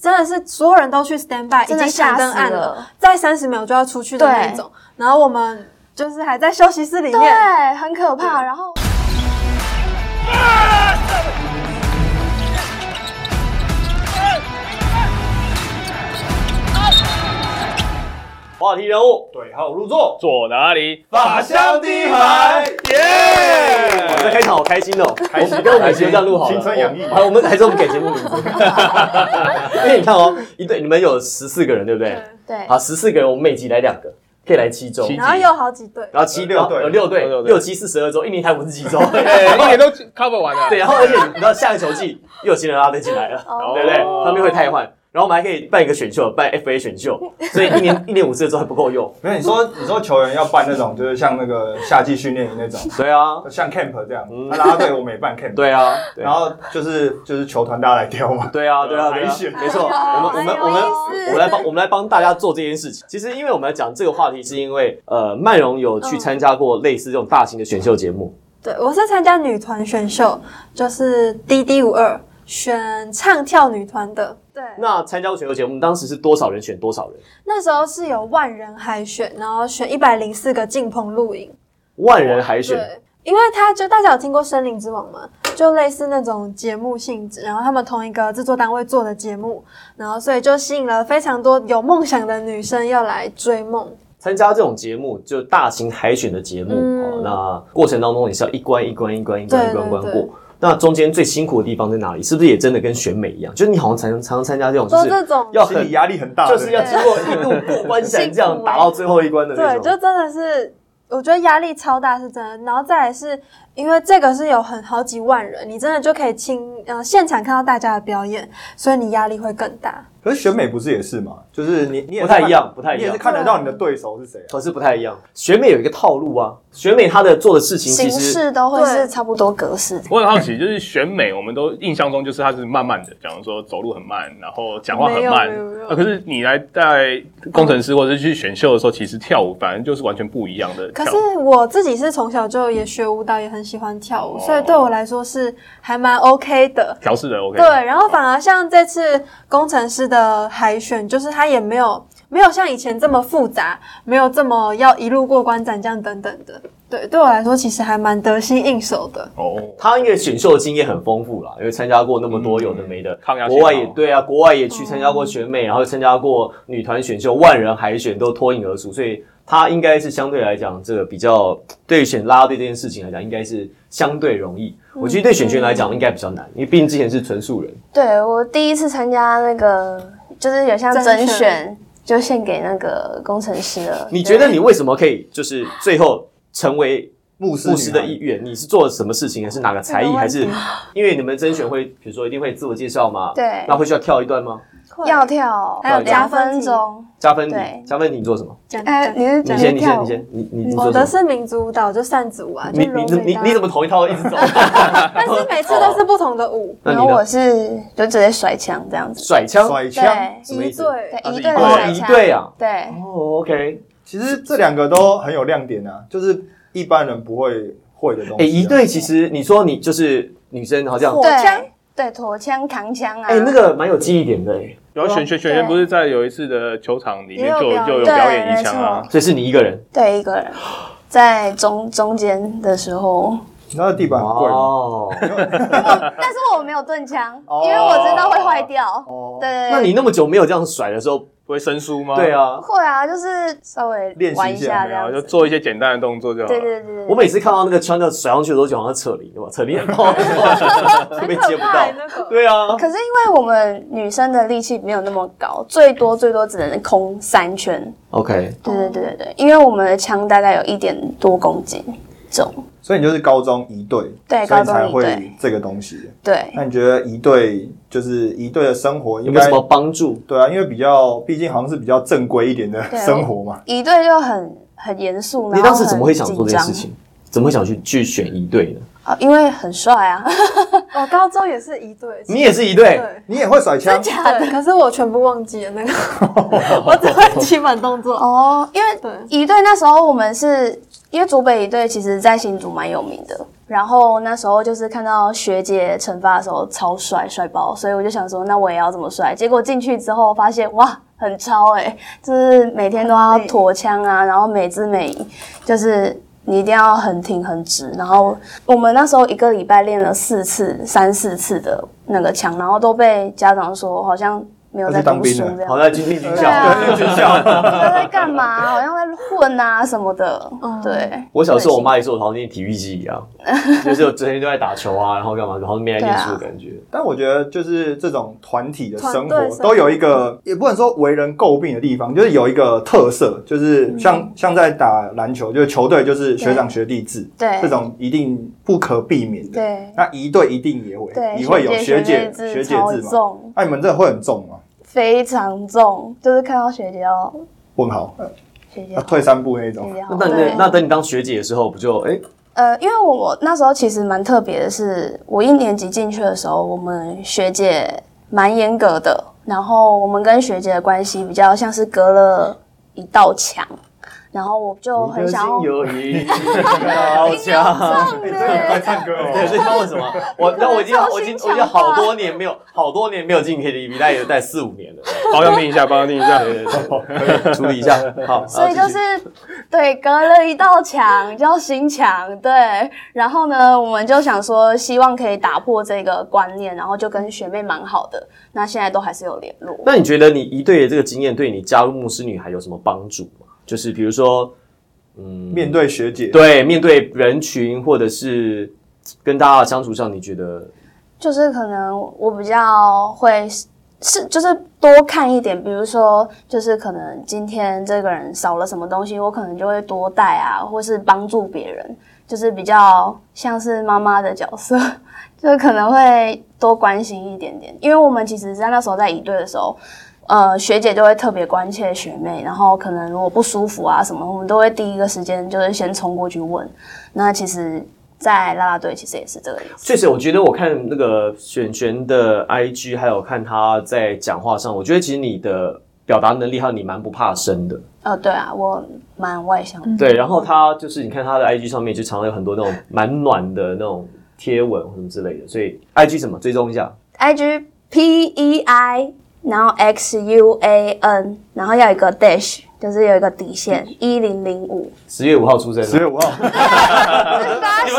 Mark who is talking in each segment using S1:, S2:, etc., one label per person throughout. S1: 真的是所有人都去 stand by，已
S2: 真的
S1: 经闪
S2: 吓死
S1: 灯暗
S2: 了，
S1: 再三十秒就要出去的那
S2: 对
S1: 种。然后我们就是还在休息室里面，
S2: 对，很可
S3: 嗯
S2: 怕。然后
S3: 话题人物
S4: 对号入座，
S3: 坐哪里？
S4: 法香地牌，
S3: 耶
S4: 耶！
S3: 我
S4: 我
S3: 这
S4: 在
S3: 开场好开心哦！
S4: 开心
S3: 我跟我们节目这样录好了，
S4: 青春洋溢
S3: 好，我们还是我们给节目名字， 因为你看哦，一对你们有十四个人，对不对？
S2: 对
S3: 好，，十四个人，我们每集来两个，可以来七周。
S5: 七
S1: 然后又有好几对，
S3: 然后七
S4: 有六队
S3: 有六队
S5: 有六，队
S3: 六七四十二周，一年才五十 几周，
S5: 哎，一年都 cover 完了。
S3: 对，然后而且你知道下个球季又有新人拉队进来了，
S2: 哦
S3: 对不对？他们会汰换，然后我们还可以办一个选秀，办 FA 选秀，所以一年一年五次的周还不够用。
S4: 没有你 说你说球员要办那种，就是像那个夏季训练营那种，
S3: 对啊，
S4: 像 camp 这样，那拉拉队我们也办 camp，
S3: 对啊，对
S4: 然后就是就是球团大家来挑嘛，
S3: 对啊，对啊，对
S4: 海
S3: 啊，
S4: 选
S3: 没
S1: 哎
S3: 错，我们我们我们我们来帮我们来帮大家做这件事情。其实，因为我们来讲这个话题，是因为呃，曼荣有
S1: 嗯
S3: 去参加过类似这种大型的选秀节目，
S1: 对我是参加女团选秀，就是 D D 五二选唱跳女团的，对，
S3: 那参加过选秀节目，当时是多少人选多少人？
S1: 那时候是有万人海选，然后选一百零四个进棚录影。
S3: 万人海选，
S1: 对，因为他就大家有听过《森林之王》吗？就类似那种节目性质，然后他们同一个制作单位做的节目，然后所以就吸引了非常多有梦想的女生要来追梦。
S3: 参加这种节目，就大型海选的节目、
S1: 嗯
S3: 哦。那过程当中，你是要一关一关一关一关一关一关
S1: 对对
S3: 过。那中间最辛苦的地方在哪里？是不是也真的跟选美一样？就是你好像常常常参加这种，就
S1: 说
S3: 是
S1: 哦这种
S3: 要
S4: 心理
S3: 很
S4: 压力很大，
S3: 就是要
S4: 对
S3: 经过一路过关
S1: 辛苦欸
S3: 斩将，打到最后一关的那
S1: 对，
S3: 种。
S1: 就真的是。我觉得压力超大是真的，然后再来是因为这个是有很好几万人，你真的就可以亲呃现场看到大家的表演，所以你压力会更 大。
S4: 可是选美不是也是嘛，就是你你也是
S3: 不太
S4: 看
S3: 一样不太一样
S4: 你也是看得到你的对手是谁啊。
S3: 可是不太一样。选美有一个套路啊，选美她的做的事情其
S2: 形
S3: 实
S2: 式都会
S1: 对
S2: 是差不多格式的。
S5: 我很好奇，就是选美，我们都印象中就是她是慢慢的，假如说走路很慢，然后讲话很慢
S1: 没有没有没有。
S5: 啊可是你来带工程师或者是去选秀的时候，其实跳舞反正就是完全不一样的跳
S1: 可
S5: 舞。
S1: 是我自己是从小就也学舞蹈，也很喜欢跳舞，
S5: 哦
S1: 所以对我来说是还蛮 OK 的。
S5: 调试的 OK。
S1: 对，然后反而像这次工程师的海选，就是他也没有没有像以前这么复杂，没有这么要一路过关斩将等等的。对，对我来说其实还蛮得心应手的。
S5: 哦，
S3: 她因为选秀的经验很丰富啦，因为参加过那么多有的没的，
S5: 嗯抗压性
S3: 国外也
S5: 好
S3: 对啊，国外也
S2: 哦
S3: 去参加过选美，然后参加过女团选秀、万人海选，都脱颖而出，所以她应该是相对来讲，这个比较对于选拉拉队这件事情来讲，应该是相对容易。
S2: 嗯
S3: 我觉得对选秀员来讲应该比较难，因为毕竟之前是纯素人，
S2: 对我第一次参加那个，就是有像
S1: 甄
S2: 甄选
S1: 选，
S2: 就献给那个工程师了。
S3: 你觉得你为什么可以就是最后成为
S4: 牧师
S3: 牧师的意
S4: 意，
S3: 愿？你是做了什么事情？还是哪个才艺？还是因为你们甄选会，比如说一定会自我介绍吗？
S2: 对
S3: 那会需要跳一段吗？
S2: 要跳，
S1: 还
S3: 有
S1: 加
S2: 两
S1: 分
S2: 分
S1: 题
S2: 钟。
S3: 加分
S2: 对
S3: 你，加分你做什么？
S1: 讲
S2: 哎，你是
S3: 你
S2: 讲
S3: 先，你
S2: 跳舞
S3: 先，你先，你你你
S1: 我
S3: 做
S1: 的
S3: 什么？
S1: 是民族舞蹈，就扇子舞啊，就
S3: 你
S1: 柔
S3: 你你
S1: 美
S3: 你
S1: 的啊
S3: 你怎么同一套一 直走？
S1: 但是每次都是不同的舞，
S3: 那
S2: 然
S3: 你
S2: 后我
S3: 呢？
S2: 是就直接甩枪这样子。
S3: 甩枪？
S4: 甩枪。
S2: 对
S3: 什么意
S1: 一
S3: 思
S1: 对
S2: 对，
S5: 是
S2: 一
S5: 一
S2: 队的
S3: 哦，
S5: 队
S2: 甩
S3: 一
S2: 枪。
S3: 对啊。
S2: 对
S3: 哦，OK。
S4: 其实这两个都很有亮点啊，就是一般人不会会的东
S3: 哎，
S4: 西啊。
S3: 一对其实你说你就是女生，好像
S1: 火枪
S2: 对对，陀枪、扛枪啊。
S3: 哎那个蛮有记忆点的哎，
S5: 然后选选选员
S2: 对
S5: 不是在有一次的球场
S1: 啊
S5: 里
S1: 也
S5: 面
S1: 有
S5: 就
S1: 表演
S5: 就有表演一枪啊，
S3: 所以是你一个人
S2: 对一个人在中中间的时候，
S4: 你知道地板很贵 吗？
S3: 哦。
S2: 但是我没有钝枪，因为我知道会坏掉。
S4: 哦
S2: 对对对。
S3: 那你那么久没有这样甩的时候，
S5: 不会生疏吗？
S3: 对，啊，
S2: 会啊，就是稍微
S4: 练习
S2: 玩一
S4: 一下
S2: 下这
S5: 然
S2: 样
S5: 后就
S2: 子。
S5: 做一些简单的动作就好了。
S2: 对对对对
S3: 我
S2: 对。
S3: 每次看到那个穿着甩上去的时候，就好像扯铃，对吧？扯铃 很 痛，特别接不到。
S1: 那个
S3: 对啊，
S2: 可是因为我们女生的力气没有那么高，最多最多只能空三圈。
S3: OK，
S2: 对对对对
S3: 哦
S2: 对，因为我们的枪大概有一点多公斤重。
S4: 所以你就是高中一队，
S2: 对
S4: 所以
S2: 高
S4: 你
S2: 中
S4: 才
S2: 一队
S4: 会这个东西。
S2: 对
S3: 哎
S4: 那你觉得一队就是一队的生活
S3: 有
S4: 应
S3: 没有
S4: 该
S3: 什么帮助？
S4: 对啊？因为比较，毕竟好像是比较正规一点的
S2: 对
S4: 生活嘛。
S2: 一队就很很严肃。然
S3: 你
S2: 后
S3: 当时怎么会想
S2: 很
S3: 做这
S2: 紧
S3: 件
S2: 张
S3: 事？情？怎么会想去去选一队呢？
S2: 啊，因为很帅啊！
S1: 我高中也是一对，
S3: 你也是一队，
S1: 对。
S4: 你也会甩枪，
S1: 对，可是我全部忘记了那个，我只会基本动作。
S2: 哦，因为
S1: 对
S2: 一队那时候我们是因为竹北一队其实在新竹蛮有名的，然后那时候就是看到学姐惩罚的时候超帅帅爆，所以我就想说，那我也要这么帅。结果进去之后发现，哇，很超哎、就是每天都要
S1: 很累
S2: 驼枪啊，然后美姿美仪，就是你一定要很挺很直。然后我们那时候一个礼拜练了四次、三四次的那个枪，然后都被家长说好像没有
S4: 要
S2: 在
S4: 去当
S2: 读
S4: 兵
S2: 书
S4: 了
S2: 这
S3: 好
S2: 样。
S3: 在军力军
S2: 对
S3: 校。
S2: 啊，都在干嘛？好像在混啊什么的。对，
S3: 我小时候，我妈也说我好像念体育系一 样，就是我整天都在打球啊，然后干嘛，然后没来念书的感觉。
S4: 但我觉得就是这种团体的生
S1: 团队
S4: 活
S1: 生活
S4: 都有一个，也不能说为人诟病的地方，就是有一个特色，就是像、像在打篮球，就是球队就是学长学弟制，
S2: 对
S4: 这种一定不可避免的。
S2: 对
S4: 那一队一定也会，
S2: 对，
S4: 也会有学
S2: 姐
S4: 姐
S2: 制
S4: 学姐
S2: 超
S4: 制嘛？
S2: 重，
S4: 那、你们这会很重吗？
S2: 非常重，就是看到学姐要
S4: 问号，
S2: 学姐
S4: 呃
S2: 好
S4: 退三步那一
S2: 学
S4: 种
S2: 姐。好，
S3: 那
S2: 啊
S3: 等
S2: 哦对
S3: 你那等你当学姐的时候，不就哎
S2: 呃，因为我我那时候其实蛮特别的是，我一年级进去的时候，我们学姐蛮严格的，然后我们跟学姐的关系比较像是隔了一道墙，然后我就很想要
S3: 心。有 一高墙。
S4: 哎真的很爱唱歌
S3: 对，
S4: 哦。
S3: 所以他 为什么我？那我已经我已经我已经好多年没有好多年没有进 KTV，大概有在四五年 了。
S5: 保养定一下，保养定一下。
S3: 对对对，对 处理一下。好，
S2: 所以
S3: 然
S2: 就
S3: 后继
S2: 是
S3: 续
S2: 对隔了一道墙叫心墙，对。然后呢，我们就想说，希望可以打破这个观念，然后就跟学妹蛮好的，那现在都还是有联络。
S3: 那你觉得你一队的这个经验对你加入牧师女孩有什么帮助吗？就是比如说，嗯，
S4: 面对学姐，
S3: 对面对人群，或者是跟大家的相处上，你觉得
S2: 就是可能我比较会是就是多看一点，比如说就是可能今天这个人少了什么东西，我可能就会多带啊，或是帮助别人，就是比较像是妈妈的角色， 就是可能会多关心一点点。因为我们其实在那时候在一队的时候。呃，学姐就会特别关切学妹，然后可能如果不舒服啊什么，我们都会第一个时间就是先冲过去问。那其实，在啦啦队其实也是这个意思。
S3: 确实，我觉得我看那个璇璇的 IG，还有看她在讲话上，我觉得其实你的表达能力还有你蛮不怕生的。
S2: 呃，对啊，我蛮外向的。
S3: 对，然后她就是你看她的 IG 上面就常常有很多那种蛮暖的那种贴文或什么之类的，所以 IG 什么追踪一下。
S2: IG P E I，然后 X U A N，然后要有一个 dash，就是有一个底线一零零五。
S3: 十月五号出生的，啊
S4: 十月五号，
S2: 你
S3: 你们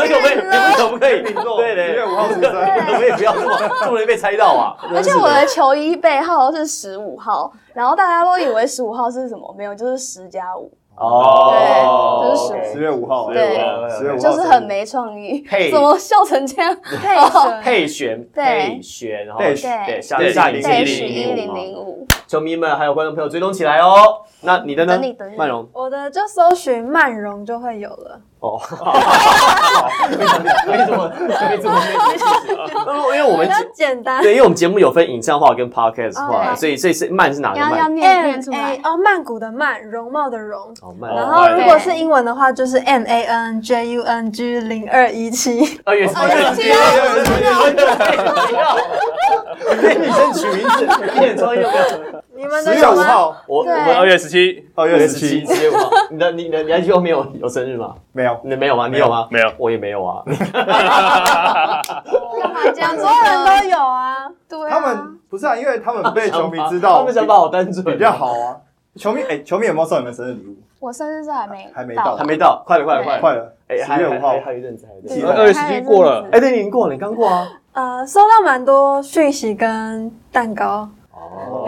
S3: 可不可以？你们可不可以？对
S4: 十月
S3: 对，
S4: 五号出 生，
S3: 我也不要这么这么容易被猜到啊！
S2: 而且我的球衣背号是十五号，然后大家都以为十五号是什么？没有，就是十加五，
S3: 哦，
S2: 对就是
S4: 十月五号，
S2: 对
S4: 十月五号
S2: 就是很没创意
S3: 配，
S2: 怎么笑成这样？
S1: 配
S2: 哦
S1: 神
S3: 配选
S2: 对
S3: 配选，然后
S4: 对
S3: 对下
S5: 对
S3: 下一
S5: 对
S3: 期
S5: 是
S2: dash 一零零五，
S3: 球迷们还有观众朋友追踪起来哦。那你的呢
S2: 等你等？你
S3: 曼荣
S1: 我的就搜寻曼荣就会有了。
S3: 哦，为什么为什么没提醒？ 因为我
S1: 比
S3: 们
S1: 较简 单
S3: 对，因为我们节目有分影像化跟 podcast 化，
S2: 哦
S3: 所以所以是曼是哪个
S2: 要要
S3: 曼？
S2: 念念
S1: ，M
S2: 出
S1: A
S2: 来。
S1: 哦，曼谷的曼，容貌的容。
S3: 哦，曼。
S1: 然
S5: 哦
S1: 后
S5: 对
S1: 如果是英文的话，就是 M A N J U N G 零二一 七。
S3: 二月四
S2: 二月
S4: 哦
S3: 日，
S2: 四
S3: 你给女生取名字，一点创意都没有。
S1: 你们的
S4: 十月
S1: 有
S4: 五
S1: 吗？
S4: 号，
S3: 我我
S5: 我
S2: 对
S5: 们二月十七，
S4: 二
S3: 二
S4: 月
S3: 月
S4: 十
S3: 十七，
S4: 七
S3: 直，接五号。你的你的你 IG 没有有生日吗？
S4: 没有，
S3: 你没有吗？你有吗？
S5: 没有
S3: 我也没有啊。
S2: 干嘛这样
S1: 很
S2: 子
S1: 多
S2: 呢？
S1: 人都有啊。对
S4: 他
S1: 啊。
S4: 们不是啊，因为他们被球迷知
S3: 他
S4: 道
S3: 们想法好单纯，
S4: 比较好啊。球迷哎，球迷有没有送你们生日礼物？
S2: 我生日是还没
S4: 还没到
S3: 还没到，快了快了快了！
S4: 快了，
S3: 哎，
S4: 十月五号
S3: 还还还有一阵子，还有一阵
S4: 对
S3: 子。
S5: 二月十七过了，
S3: 哎，对，你已经过了，你刚过啊。
S1: 呃，收到蛮多讯息跟蛋糕，
S3: 哦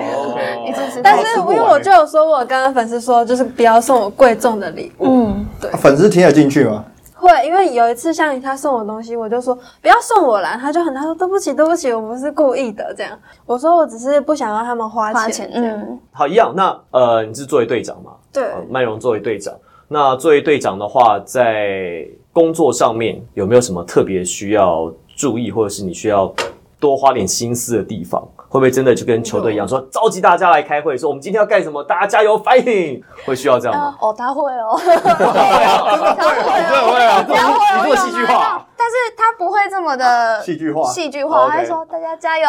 S2: 一直吃
S1: 但
S2: 到
S1: 是
S4: 吃
S1: 因
S4: 不完
S1: 为我就有说，我跟粉丝说，就是不要送我贵重的礼物。
S2: 嗯，
S4: 粉丝听得进去吗？
S1: 会，因为有一次像他送我东西，我就说不要送我啦，他就很他说对不起对不起，我不是故意的这样。我说我只是不想让他们花钱。
S2: 花钱，嗯，
S3: 好，一样。那呃，你是作为队长嘛？
S1: 对，
S3: 呃曼荣作为队长，那作为队长的话，在工作上面有没有什么特别需要注意，或者是你需要多花点心思的地方？会不会真的就跟球队一样，说召集大家来开会，说我们今天要干什么，大家加油 fighting？会需要这样吗？
S2: 哦，他会 哦，
S5: 对，我也
S2: 不要
S3: 你
S2: 会
S3: 这么戏剧化，
S2: 但是他不会这么的
S4: 啊戏剧化。哦
S2: 戏剧化，
S3: OK
S2: 他会说大家加油，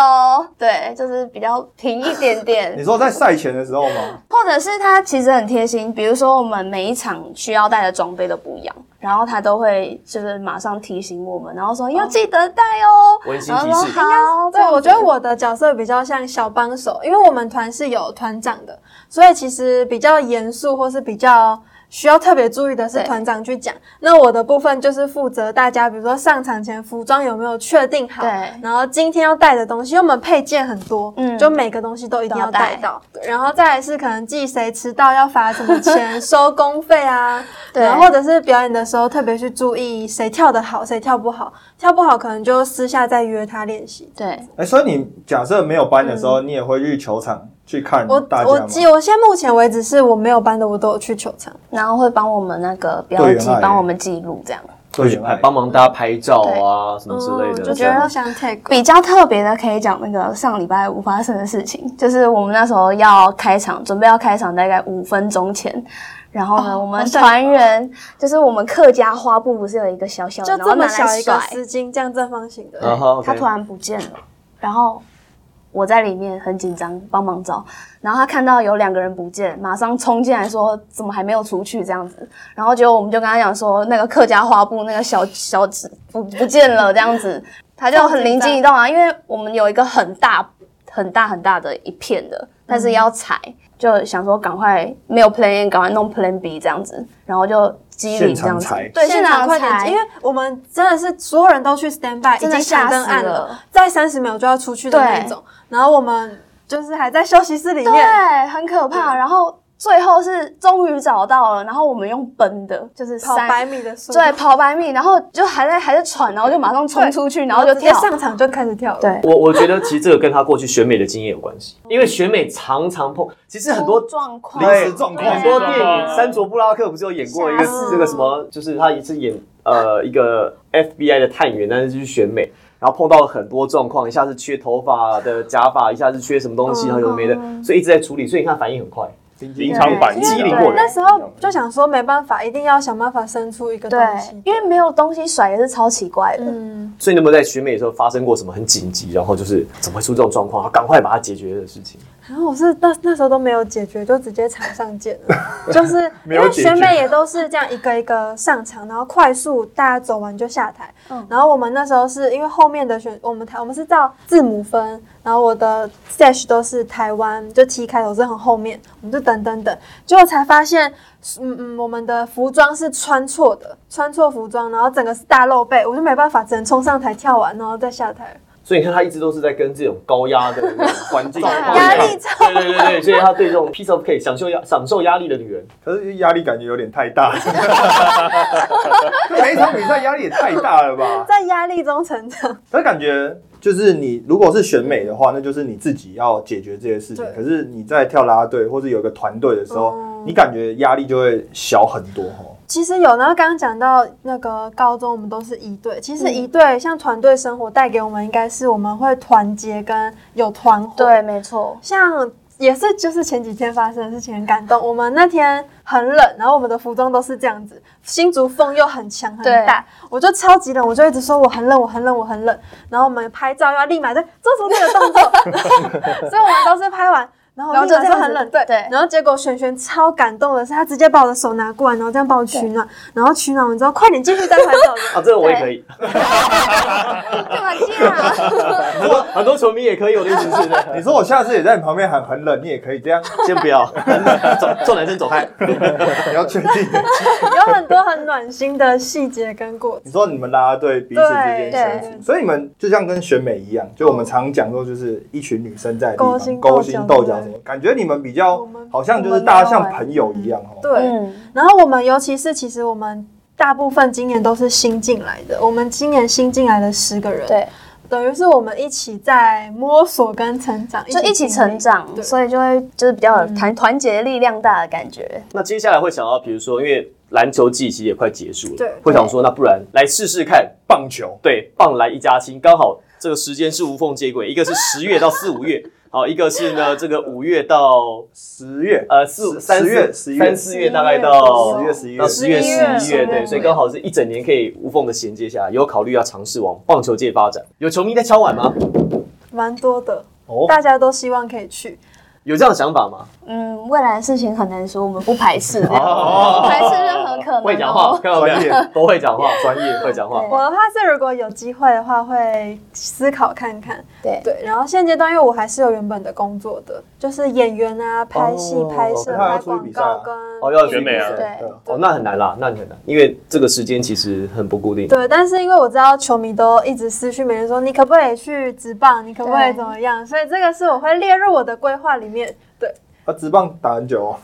S2: 对，就是比较平一点
S4: 你
S2: 点，
S4: 说在赛前的时候吗？
S2: 或者是他其实很贴心，比如说我们每一场需要带的装备都不一样，然后他都会就是马上提醒我们，然后
S4: 啊
S2: 说要记得带哦。
S3: 温馨
S2: 然后
S3: 提
S2: 说
S3: 示。
S2: 好，哦这
S1: 对，
S2: 样
S1: 我觉得
S2: 子
S1: 我的角色比较像小帮手，因为我们团是有团长的，所以其实比较严肃或是比较需要特别注意的是
S2: 对
S1: 团长去讲。那我的部分就是负责大家，比如说上场前服装有没有确定好，
S2: 对
S1: 然后今天要带的东西，因为我们配件很多，
S2: 嗯
S1: 就每个东西都一定要
S2: 都要带
S1: 带到。对然后再来是可能记谁迟到要罚什 么钱、收工费啊，
S2: 对
S1: 然后或者是表演的时候特别去注意谁跳得好，谁跳不好，跳不好可能就私下再约他练习。
S2: 对
S4: 哎，所以你假设没有班的时候，你也会去球场去看
S1: 我
S4: 大家
S1: 我
S4: 吗？
S1: 记，我现在目前为止是我没有班的，我都有去球场。
S2: 然后会帮我们那个标
S4: 对原
S2: 记
S4: 来，
S2: 帮我们记录这样。
S4: 对，
S3: 还帮忙大家拍照啊，什么之类
S1: 嗯
S3: 的。
S1: 就
S3: 这
S1: 觉
S3: 样
S1: 得想 take
S2: 比较特别的可以讲那个上礼拜五发生的事情，就是我们那时候要开场，准备要开场大概五分钟前，然后呢，
S1: 哦
S2: 我们团员就是我们客家花布不是有一个小小的，
S1: 就
S2: 然后
S1: 这
S2: 拿
S1: 么
S2: 来
S1: 小一个
S2: 甩，
S1: 丝巾，这样正方形的。
S3: 嗯哼，
S2: 它
S3: OK
S2: 突然不见了，然后。我在里面很紧张，帮忙找。然后他看到有两个人不见，马上冲进来说：“怎么还没有出去？”这样子。然后结果我们就跟他讲说，那个客家花布那个小小纸不不见了，这样子。他就很灵机一动啊，因为我们有一个很大、很大、很大的一片的，但是要踩，就想说赶快没有 Plan A，赶快弄 Plan B 这样子，然后就机灵
S4: 现
S2: 这样
S4: 场
S2: 子
S4: 踩，
S2: 对，
S1: 现场快点
S2: 踩
S1: 进，因为我们真的是所有人都去 stand by，已
S2: 真的
S1: 经
S2: 吓
S1: 闪灯
S2: 死
S1: 暗
S2: 了
S1: 了，在三十秒就要出去的那一种。然后我们就是还在休息室里面，
S2: 对，很可怕。然后最后是终于找到了，然后我们用奔的，就是
S1: 跑
S2: 三
S1: 百米的速度，
S2: 对，跑百米，然后就还在还在喘，然后就马上冲出去，然后就
S1: 直接
S2: 跳。
S1: 上场就开始跳了。
S2: 对，
S3: 我我觉得其实这个跟他过去选美的经验有关系，因为选美常常碰，其实很多
S2: 出状况，
S4: 临时状况
S3: 很多
S5: 对
S3: 电影，山卓布拉克不是有演过一个
S2: 吓死
S3: 这个什么，就是他一次演呃一个 FBI 的探员，但是去选美，然后碰到很多状况，一下是缺头发的假发，一下是缺什么东西，然后有的没的，所以一直在处理，所以你看反应很快。
S5: 临场反应，
S1: 因为
S3: 机灵过人
S1: 那时候就想说没办法，一定要想办法生出一个
S2: 对
S1: 东西，。
S2: 因为没有东西甩也是超奇怪的。
S1: 嗯，
S3: 所以你有没有在选美的时候发生过什么很紧急，然后就是怎么会出这种状况，然后赶快把它解决的事情？
S1: 然后我是那那时候都没有解决，就直接场上见 了，就是
S4: 没
S1: 因
S4: 有
S1: 为
S4: 解决
S1: 选美也都是这样一个一个上场，然后快速大家走完就下台。然后我们那时候是因为后面的选我们台我们是照字母分，然后我的 stash 都是台湾，就 T 开头是很后面，我们就等等等，结果才发现，嗯嗯，我们的服装是穿错的，穿错服装，然后整个是大露背，我就没办法，只能冲上台跳完，然后再下台。
S3: 所以你看，他一直都是在跟这种高压的那种环境
S4: 对
S1: 啊压 力超
S3: 对对对对，所以他对这种 piece of cake 享受压享受压力的女人，
S4: 可是压力感觉有点太大了。每一场比赛压力也太大了吧？
S1: 在压力中成长，
S4: 可是感觉就是你如果是选美的话，那就是你自己要解决这些事情
S1: 对。
S4: 可是你在跳啦啦队或者有一个团队的时候，
S1: 嗯
S4: 你感觉压力就会小很多哦。
S1: 其实有，然后刚刚讲到那个高中，我们都是一队。其实一队像团队生活带给我们，应该是我们会团结跟有团伙。
S2: 对，，没错，
S1: 像也是就是前几天发生的事情很感动。我们那天很冷，然后我们的服装都是这样子，新竹风又很强很大，我就超级冷，我就一直说我很冷，我很冷，我很冷。然后我们拍照要立马在做出这个动作，所以我们都是拍完。然后我
S2: 然后
S1: 立马
S2: 就
S1: 就
S2: 这样
S1: 很
S2: 子
S1: 冷，对
S2: 对
S1: 然后结果璇璇超感动的是，她直接把我的手拿过来，然后这样帮我取暖，然后取暖完之后，快点继续再拍照。
S3: 啊，这个我也可以，
S2: 干嘛这 样？
S3: 很多很多球迷也可以，我的意思是，
S4: 你说我下次也在你旁边喊很冷，你也可以这样，
S3: 先不要， 走，做男生走开。
S4: 你要确定。
S1: 有很多很暖心的细节跟过程。
S4: 你说你们啦啦队彼此之间
S2: 对
S4: 相处，所以你们就像跟选美一样，就我们常讲说，就是一群女生在的地
S1: 勾
S4: 方
S1: 心
S4: 勾心斗
S1: 斗
S4: 角
S1: 角
S4: 什么，感觉你们比较
S1: 我们
S4: 好像就
S2: 我
S4: 是
S2: 们没有
S4: 大家像
S2: 欸
S4: 朋友一样哦。
S1: 对，
S2: 嗯，
S1: 然后我们尤其是其实我们大部分今年都是新进来的，我们今年新进来的十个人，，
S2: 对，
S1: 等于是我们一起在摸索跟成长，
S2: 就一
S1: 经
S2: 起
S1: 历
S2: 成长，
S1: 对，
S2: 所以就会就是比较有团团结力量大的感觉。
S3: 那接下来会想到，比如说，因为篮球季其实也快结束了，
S1: 对
S3: 会想说，那不然来试试看，
S4: 棒球
S3: 对，棒来一家亲，刚好这个时间是无缝接轨，一个是十月到四五月，好，一个是呢这个五月到
S4: 十月
S3: 呃四五三
S4: 十月
S3: 四
S4: 十一月
S3: 三四月大概到
S4: 十月十一月
S3: 到十月
S2: 十一
S3: 十
S2: 月
S3: 一月，对，所以刚好是一整年可以无缝的衔接下来。有考虑要尝试往棒球界发展，有球迷在敲碗吗？
S1: 蛮多的，
S4: 哦，
S1: 大家都希望可以去。
S3: 有这样的想法吗？
S2: 嗯，未来的事情很难说，我们不排斥这样，
S3: 哦
S2: 不排斥任何可能、哦。
S3: 会讲话，看到没
S4: 专
S3: 有？
S4: 业
S3: 都会讲 话，
S4: 专业
S3: 会讲话。
S1: 我的话是，如果有机会的话，会思考看看。
S2: 对
S1: 对，然后现阶段，因为我还是有原本的工作的，就是演员啊、拍戏、
S3: 哦
S1: 拍摄、
S4: 那还要
S1: 拍
S4: 出去
S1: 广
S4: 比赛啊
S1: 告跟
S3: 哦，要去
S5: 选美啊
S3: 比赛
S2: 对
S4: 啊
S3: 哦，那很难啦，那你很难，因为这个时间其实很不固定。
S1: 对，但是因为我知道球迷都一直私讯每人说，你可不可以去职棒，你可不可以
S2: 对
S1: 怎么样，所以这个是我会列入我的规划里面。对，
S4: 啊，直棒打很久哦，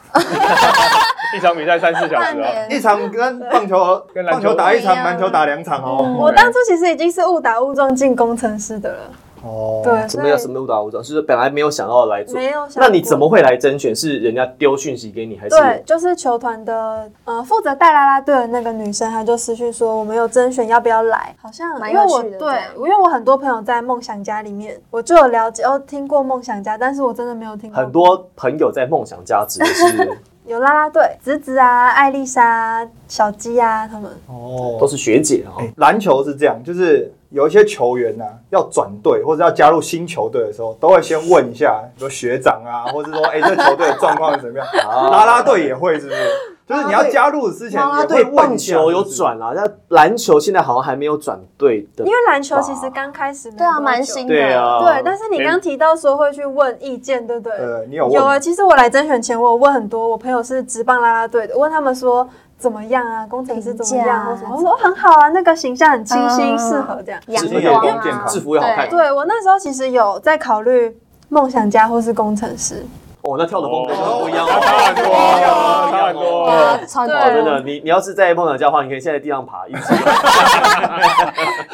S5: 一场比赛三
S3: 啊
S5: 四小
S2: 半
S5: 时哦，
S4: 一
S2: 年啊
S4: 场跟棒球
S5: 跟篮
S4: 棒
S5: 球
S4: 球打一场，
S2: 不一样
S4: 篮球打两场哦。
S1: 我当初其实已经是误打误撞进工程师的了。
S4: 哦，
S1: 对，
S3: 什
S1: 所
S3: 么
S1: 以
S3: 叫什么误打误撞？就是本来没有想要来做，
S1: 没有想
S3: 那你怎
S1: 过
S3: 么会来甄选？是人家丢讯息给你，还是
S1: 对，就是球团的呃负责带啦啦队的那个女生，她就私讯说我们有甄选，要不要来？好像
S2: 蛮
S1: 因为
S2: 有
S1: 我
S2: 趣的这
S1: 对
S2: 样，
S1: 因为我很多朋友在梦想家里面，我就有了解哦，听过梦想家，但是我真的没有听过
S3: 很多朋友在梦想家指的是
S1: 有啦啦队，子子啊、艾丽莎啊、小鸡啊，他们
S4: 哦
S3: 都是学姐啊、哦
S4: 哎篮球是这样，就是有一些球员呐、要转队或者要加入新球队的时候，都会先问一下，比如学长啊，或者说哎、这球队的状况是怎么样？啦啦队也会是不是？就是你要加入之前
S3: 啦啦
S4: 也
S3: 队
S4: 会问
S3: 棒
S4: 一下
S3: 球有，转啊啦、但篮球现在好像还没有转队的。
S1: 因为篮球其实刚开始没
S2: 对啊，
S1: 多久
S2: 蛮新的。
S3: 对啊，
S1: 对，但是你
S5: 连
S1: 刚提到说会去问意见，对不对？
S4: 是不是呃，你有问
S1: 有啊，
S4: 吗？
S1: 其实我来甄选前，我有问很多我朋友是职棒啦啦队的，问他们说怎么样啊，工程师怎么样啊，或
S2: 评
S1: 什
S2: 价啊
S1: 么，我说很好啊，那个形象很清新，
S2: 嗯
S1: 适合这样。
S2: 阳
S3: 制服也
S2: 光
S4: 健
S2: 啊，
S4: 康
S3: 制服也好看
S2: 对
S1: 对我那时候其实有在考虑梦想家或是工程师，
S3: 哦，那跳的风格就不一样
S5: 哦差很多，差很
S3: 哦
S5: 多。
S2: 哇，超
S1: 对
S3: 哦， 真的，你你要是在梦想家的话，你可以现在地上爬，一直
S1: 然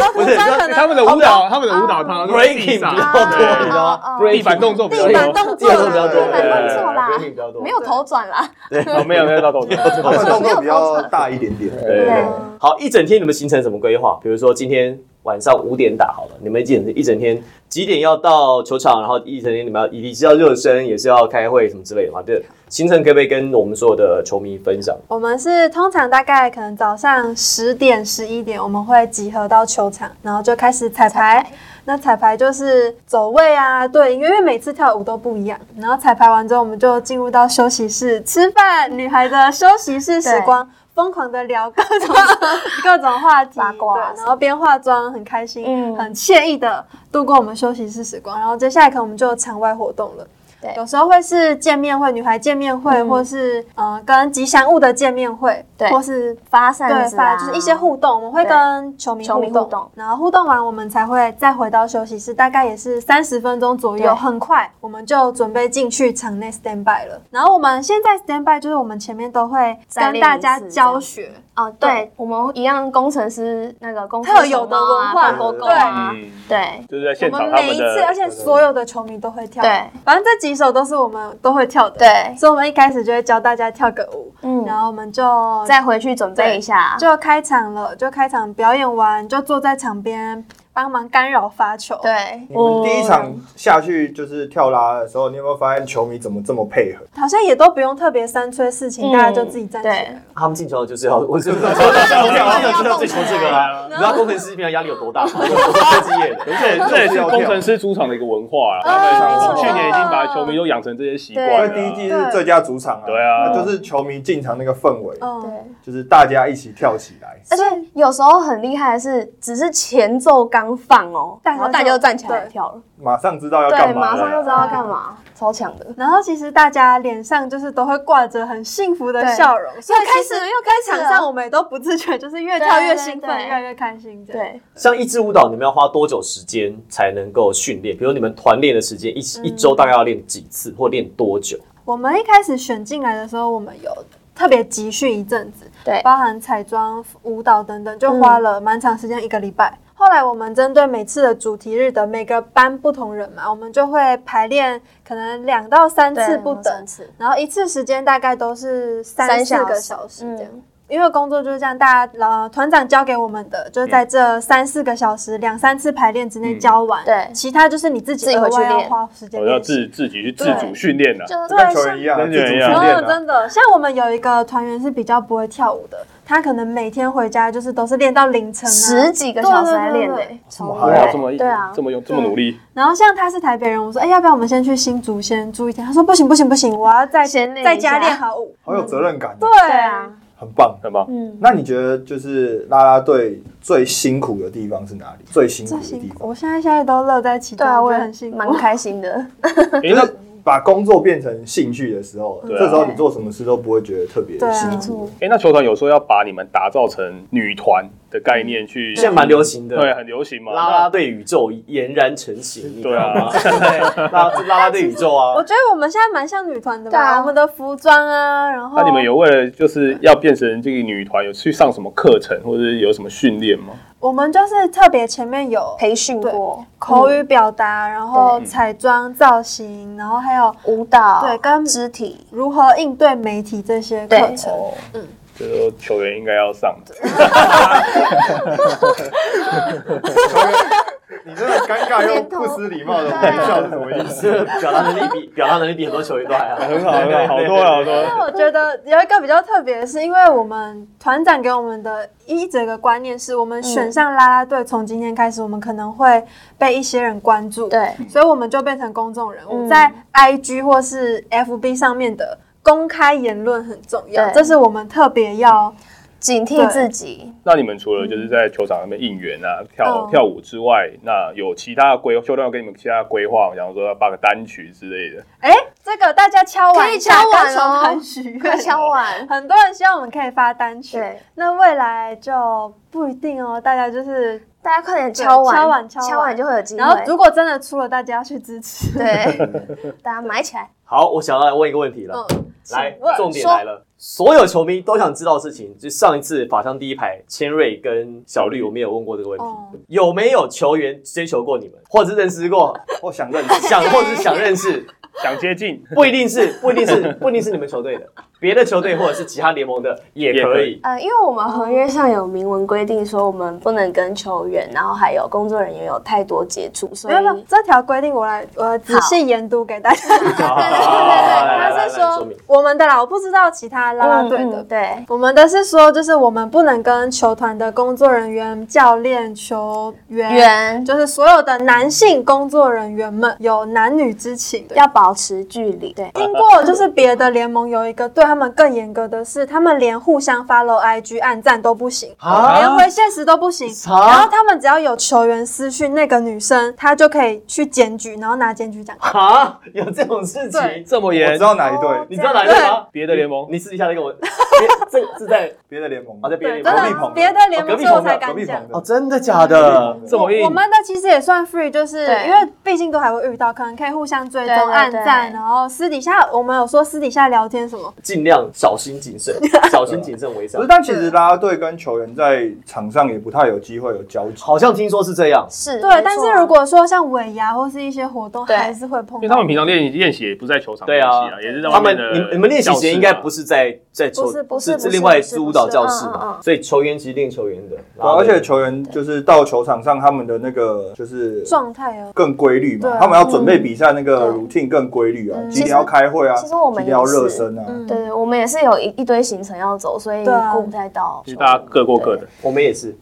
S1: 后
S3: 不
S1: 途
S3: 是
S1: 中可
S5: 他
S1: 能
S5: 们的舞蹈，他们的舞蹈常常都是
S3: breaking 比
S5: 地
S3: 较
S5: 上
S3: 多，
S5: 对
S3: 你知道吗
S2: 哦哦
S5: 地板动作比较
S1: 地板
S5: 多，
S1: 动
S3: 地
S1: 作
S3: 板动作比较
S1: 啦，
S3: 多，
S4: 地板
S2: 动作啦
S3: 对，breaking 比较多
S2: 没有头转啦，
S5: 哦没有没有到动作，
S4: 他们动
S2: 没有
S4: 作比较大一点点，
S3: 对对对
S2: 嗯。
S3: 好，一整天你们行程怎么规划？比如说今天晚上五点打好了，你们一整一整天几点要到球场？然后一整天你们要也是要热身，也是要开会什么之类的嘛？对，行程可不可以跟我们所有的球迷分享？
S1: 我们是通常大概可能早上十点十一点，我们会集合到球场，然后就开始彩排。那彩排就是走位啊，对，因为每次跳舞都不一样。然后彩排完之后，我们就进入到休息室吃饭，女孩的休息室时光，疯狂的聊各种 各种话题，
S2: 八卦啊
S1: 对，然后边化妆很开心，
S2: 嗯
S1: 很惬意的度过我们休息室时光。然后接下来可能我们就有场外活动了。
S2: 对
S1: 有时候会是见面会，女孩见面会，
S2: 嗯
S1: 或是呃跟吉祥物的见面会，
S2: 对
S1: 或是
S2: 发散
S1: 对
S2: 子
S1: 发
S2: 啊，
S1: 就是一些互动，我们会
S2: 对
S1: 跟球迷
S2: 球迷
S1: 互动，
S2: 互动
S1: 然后互动完我们才会再回到休息室，大概也是三十分钟左右，
S2: 对
S1: 很快我们就准备进去场内 stand by 了。然后我们现在 stand by 就是我们前面都会
S2: 再
S1: 跟
S2: 练
S1: 大
S2: 一
S1: 家
S2: 次这样
S1: 教学，
S2: 哦，对，我们一样工程师那个公司
S1: 特有的文化
S2: 狗狗啊，
S5: 嗯，
S2: 对
S5: 就是在
S1: 我
S5: 现
S1: 们
S5: 场他
S1: 每
S5: 们
S1: 一次，而
S5: 的
S1: 且所有的球迷都会跳，
S2: 对，
S1: 反正这几首都是我们都会跳的，。
S2: 对，
S1: 所以我们一开始就会教大家跳个舞，
S2: 嗯
S1: 然后我们就
S2: 再回去准备一下，啊
S1: 就开场了，就开场表演完，就坐在场边帮忙干扰发球。，
S2: 对，
S4: 你们第一场下去就是跳啦的时候，你有没有发现球迷怎么这么配合？
S1: 好像也都不用特别三催四请，
S2: 嗯
S1: 大家就自己站起来。
S3: 他们进球就是要，我是不知道，我知道追求这个 啊！你知道工程师平常压力有多大吗？我是科技业的，
S5: 这也这也是工程师主场的一个文化啊。他们去年已经把球迷都养成这些习惯
S4: 因
S5: 了
S4: 为哦第一季是最佳主场啊，
S5: 对啊
S4: 那就是球迷进场那个氛围，
S1: 嗯，
S2: 对。
S4: 就是大家一起跳起来。
S2: 而且有时候很厉害的是，只是前奏刚放哦，
S1: 大
S2: 然
S1: 家就
S2: 后大家就站起来
S1: 对
S2: 跳了，
S4: 马上知道要
S2: 对，
S4: 干嘛
S2: 马
S4: 了，
S2: 上就知道要干嘛，超强的。
S1: 然后其实大家脸上就是都会挂着很幸福的笑容，所以
S2: 又开
S1: 其
S2: 始
S1: 实
S2: 又开始了
S1: 在场上我们也都不自觉，就是越跳越兴
S2: 对对
S1: 奋，
S2: 对
S1: 越来越开心。这样，
S2: 对，
S3: 像一支舞蹈，你们要花多久时间才能够训练？比如你们团练的时间，一一周大概要练几次，或练多久？
S1: 我们一开始选进来的时候，我们有特别集训一阵子，
S2: 对嗯
S1: 包含彩妆、舞蹈等等，就花了蛮长时间，一个礼拜。后来我们针对每次的主题日的每个班不同人嘛，我们就会排练可能两到三次
S2: 对
S1: 不
S2: 两到三
S1: 等
S2: 次，
S1: 然后一次时间大概都是三
S2: 三
S1: 四
S2: 小
S1: 个
S2: 时嗯
S1: 小时这样。因为工作就是这样，大家呃团长教给我们的，就是在这三四个小时、两三次排练之内教完，
S2: 对
S1: 其他就是你自己
S2: 自己
S1: 额
S2: 回去
S1: 外要
S2: 练
S1: 花时间
S5: 我哦要
S1: 练习。
S5: 自自己去自
S2: 对
S5: 主训练的。
S2: 就
S1: 对
S4: 跟球员一样啊，
S5: 像
S4: 自主训
S5: 跟
S4: 练
S1: 嗯，
S4: 啊。
S1: 真的，像我们有一个团员是比较不会跳舞的，他可能每天回家就是都是练到凌晨、啊、
S2: 十几个小时来练的
S1: 对对对
S2: 欸，超
S4: 哇
S2: 累
S5: 哇，这么
S2: 对啊，
S5: 这么用这么努力，
S1: 然后像他是台北人，我说哎、要不要我们先去新竹先住一天？他说不行不行不行，我要在
S2: 先练一下
S1: 在家练好舞。
S4: 好有责任感哦，
S1: 对
S2: 对啊，，
S4: 很棒。
S5: 很棒。
S2: 嗯，
S4: 那你觉得就是啦啦队最辛苦的地方是哪里？最辛苦
S1: 这
S4: 的
S1: 辛
S4: 地
S1: 苦，
S4: 方，
S1: 我现在现在都乐在其中，
S2: 对啊，
S1: 我
S2: 我
S1: 觉
S2: 也
S1: 得很辛苦。啊
S2: 蛮开 心的。
S5: 哎，
S4: 就
S5: 那
S4: 是把工作变成兴趣的时候，
S5: 对啊
S4: 这时候你做什么事都不会觉得特别
S1: 对啊
S4: 辛
S1: 没
S4: 苦
S2: 错。
S5: 哎，那球团有说要把你们打造成女团的概念去，
S3: 现在蛮流行的，
S5: 对，很流行嘛。
S3: 啦啦队宇宙俨然成型，你知
S5: 对
S3: 道
S5: 啊
S3: 吗？对， 啦啦啦队宇宙
S1: 我
S3: 啊，
S1: 觉得我们现在蛮像女团的吧，
S2: 对啊
S1: 我们的服装啊，然后
S5: 那那你们有为了就是要变成这个女团，有去上什么课程，或者是有什么训练吗？
S1: 我们就是特别前面有
S2: 培训过
S1: 口语表达，然后
S5: 对
S1: 彩妆造型，然后还有
S2: 舞蹈，
S1: 对跟
S2: 肢体，
S1: 如何应对媒体这些课
S2: 对
S1: 程。
S5: 哦，嗯，这个球员应该要上的。
S4: 你这个尴尬又不失礼貌的微笑是什么意思？
S3: 表达能力比表达能力比很多球员都还好，
S5: 很好，很好，好多了，啊好多
S1: 但
S5: 了。
S1: 我觉得有一个比较特别的是，因为我们团长给我们的一整个观念是，我
S2: 嗯
S1: 们选上啦啦队，从今天开始，我们可能会被一些人关注，，
S2: 对，嗯
S1: 所以我们就变成公众人物，在 IG 或是 FB 上面的公开言论很重要，
S2: 对
S1: 这是我们特别要
S2: 警
S1: 对
S2: 惕 自己，
S5: 那你们除了就是在球场上面应援啊、跳
S1: 嗯
S5: 跳舞之外，那有其他的规，球队有给你们其他的规划，比方说要发个单曲之类的。
S1: 哎，这个大家敲完
S2: 可以敲完哦
S1: 单曲，
S2: 快敲 完，
S1: 很多人希望我们可以发单曲，
S2: 对，
S1: 那未来就不一定哦，大家就是，
S2: 大家快点敲完，
S1: 对敲完敲完
S2: 敲完就会有机会。
S1: 然后如果真的出了，大家要去支持。
S2: 对，大家买起来，
S3: 好，我想要来问一个问题了，
S1: 嗯，
S3: 来
S1: 请问，
S3: 重点来了，所有球迷都想知道的事情，就上一次法上第一排，千瑞跟小绿，我们有问过这个问题，
S1: 哦
S3: 有没有球员追求过你们，或者是认识过，
S4: 我想认识，
S3: 想或者是想认识，
S5: 想接近，
S3: 不一定是不一定是不一定是你们球队的，别的球队或者是其他联盟的也
S5: 也
S3: 可
S5: 可
S3: 以
S5: 以。
S2: 呃，因为我们合约上有明文规定说，我们不能跟球员，然后还有工作人员有太多接触，所
S1: 没
S2: 以
S1: 有没 有，这条规定我来我仔细研读给大家。对对对，
S3: 好
S1: 他是
S3: 来
S1: 说
S3: 说明
S1: 我们的啦，我不知道其他啦啦队
S2: 嗯
S1: 的
S2: 嗯。对，
S1: 我们的是说，就是我们不能跟球团的工作人员、教练、球员，
S2: 员
S1: 就是所有的男性工作人员们有男女之情。
S2: 要保持距离，对，
S1: 听过，就是别的联盟有一个对他们更严格的是，他们连互相 follow IG 暗赞都不行，
S3: 啊
S1: 连回现实都不行。
S3: 啊
S1: 然后他们只要有球员私讯那个女生，她就可以去检举，然后拿检举奖。
S3: 啊，有这种事
S1: 对
S3: 情这么
S4: 我知？道哪一队，
S3: 你知道哪一队吗？
S5: 别的联盟
S3: 你私底下再跟我， 别这是在
S4: 别的联盟
S3: 啊，在别的
S1: 对，
S3: 联
S1: 真的啊别的联
S3: 盟
S4: 隔壁棚的
S3: 哦
S1: 盟
S3: 隔壁
S1: 所以我
S3: 棚的
S1: 才
S4: 隔
S1: 敢
S4: 壁
S1: 讲
S4: 棚。
S3: 哦，真的假的？
S4: 对
S3: 这么硬
S1: 我？们的其实也算 free，就是
S2: 对
S1: 因为毕竟都还会遇到，可能可以互相追
S2: 对对
S1: 踪、
S2: 对
S1: 暗赞，然后私底下我们有说私底下聊天什么，
S3: 尽量小心 谨慎，小心谨慎为
S4: 可
S3: 上
S4: 是，。但其实啦啦队跟球员在场上也不太有机会有交集，
S3: 好像听说是这样，
S2: 是，没
S1: 对。
S2: 错啊
S1: 但是如果说像尾牙或是一些活动，
S2: 对
S1: 还是会碰
S5: 因
S1: 到
S5: 为他们平常练练习也不在球场
S3: 对
S5: 练习
S3: 啊
S5: 啊，也是在
S3: 他
S5: 外
S3: 们
S5: 面的啊
S3: 你你们练习时间应该不
S5: 是
S3: 是在在球
S1: 不是不
S2: 是不是
S3: 另外
S2: 不是
S3: 租舞蹈教
S2: 不是
S3: 室
S2: 嗯
S3: 嘛，
S2: 嗯
S3: 所以球员其实练球员的，
S4: 对啊 而且球员就是到球场上，他们的那个就是
S1: 状态哦。
S4: 更规律
S1: 对啊
S4: 嘛，他们要准备比赛那个
S2: 嗯
S4: routine 更规律啊，
S1: 嗯
S4: 几点要开会啊，
S2: 其实我们
S4: 几点要
S2: 也是
S4: 热身啊，
S1: 嗯
S2: 对，我们也是有一一堆行程要走，所以
S1: 对啊
S2: 顾不太到球
S5: 就
S2: 员，
S5: 是大家各过各的。
S3: 哦我们也是，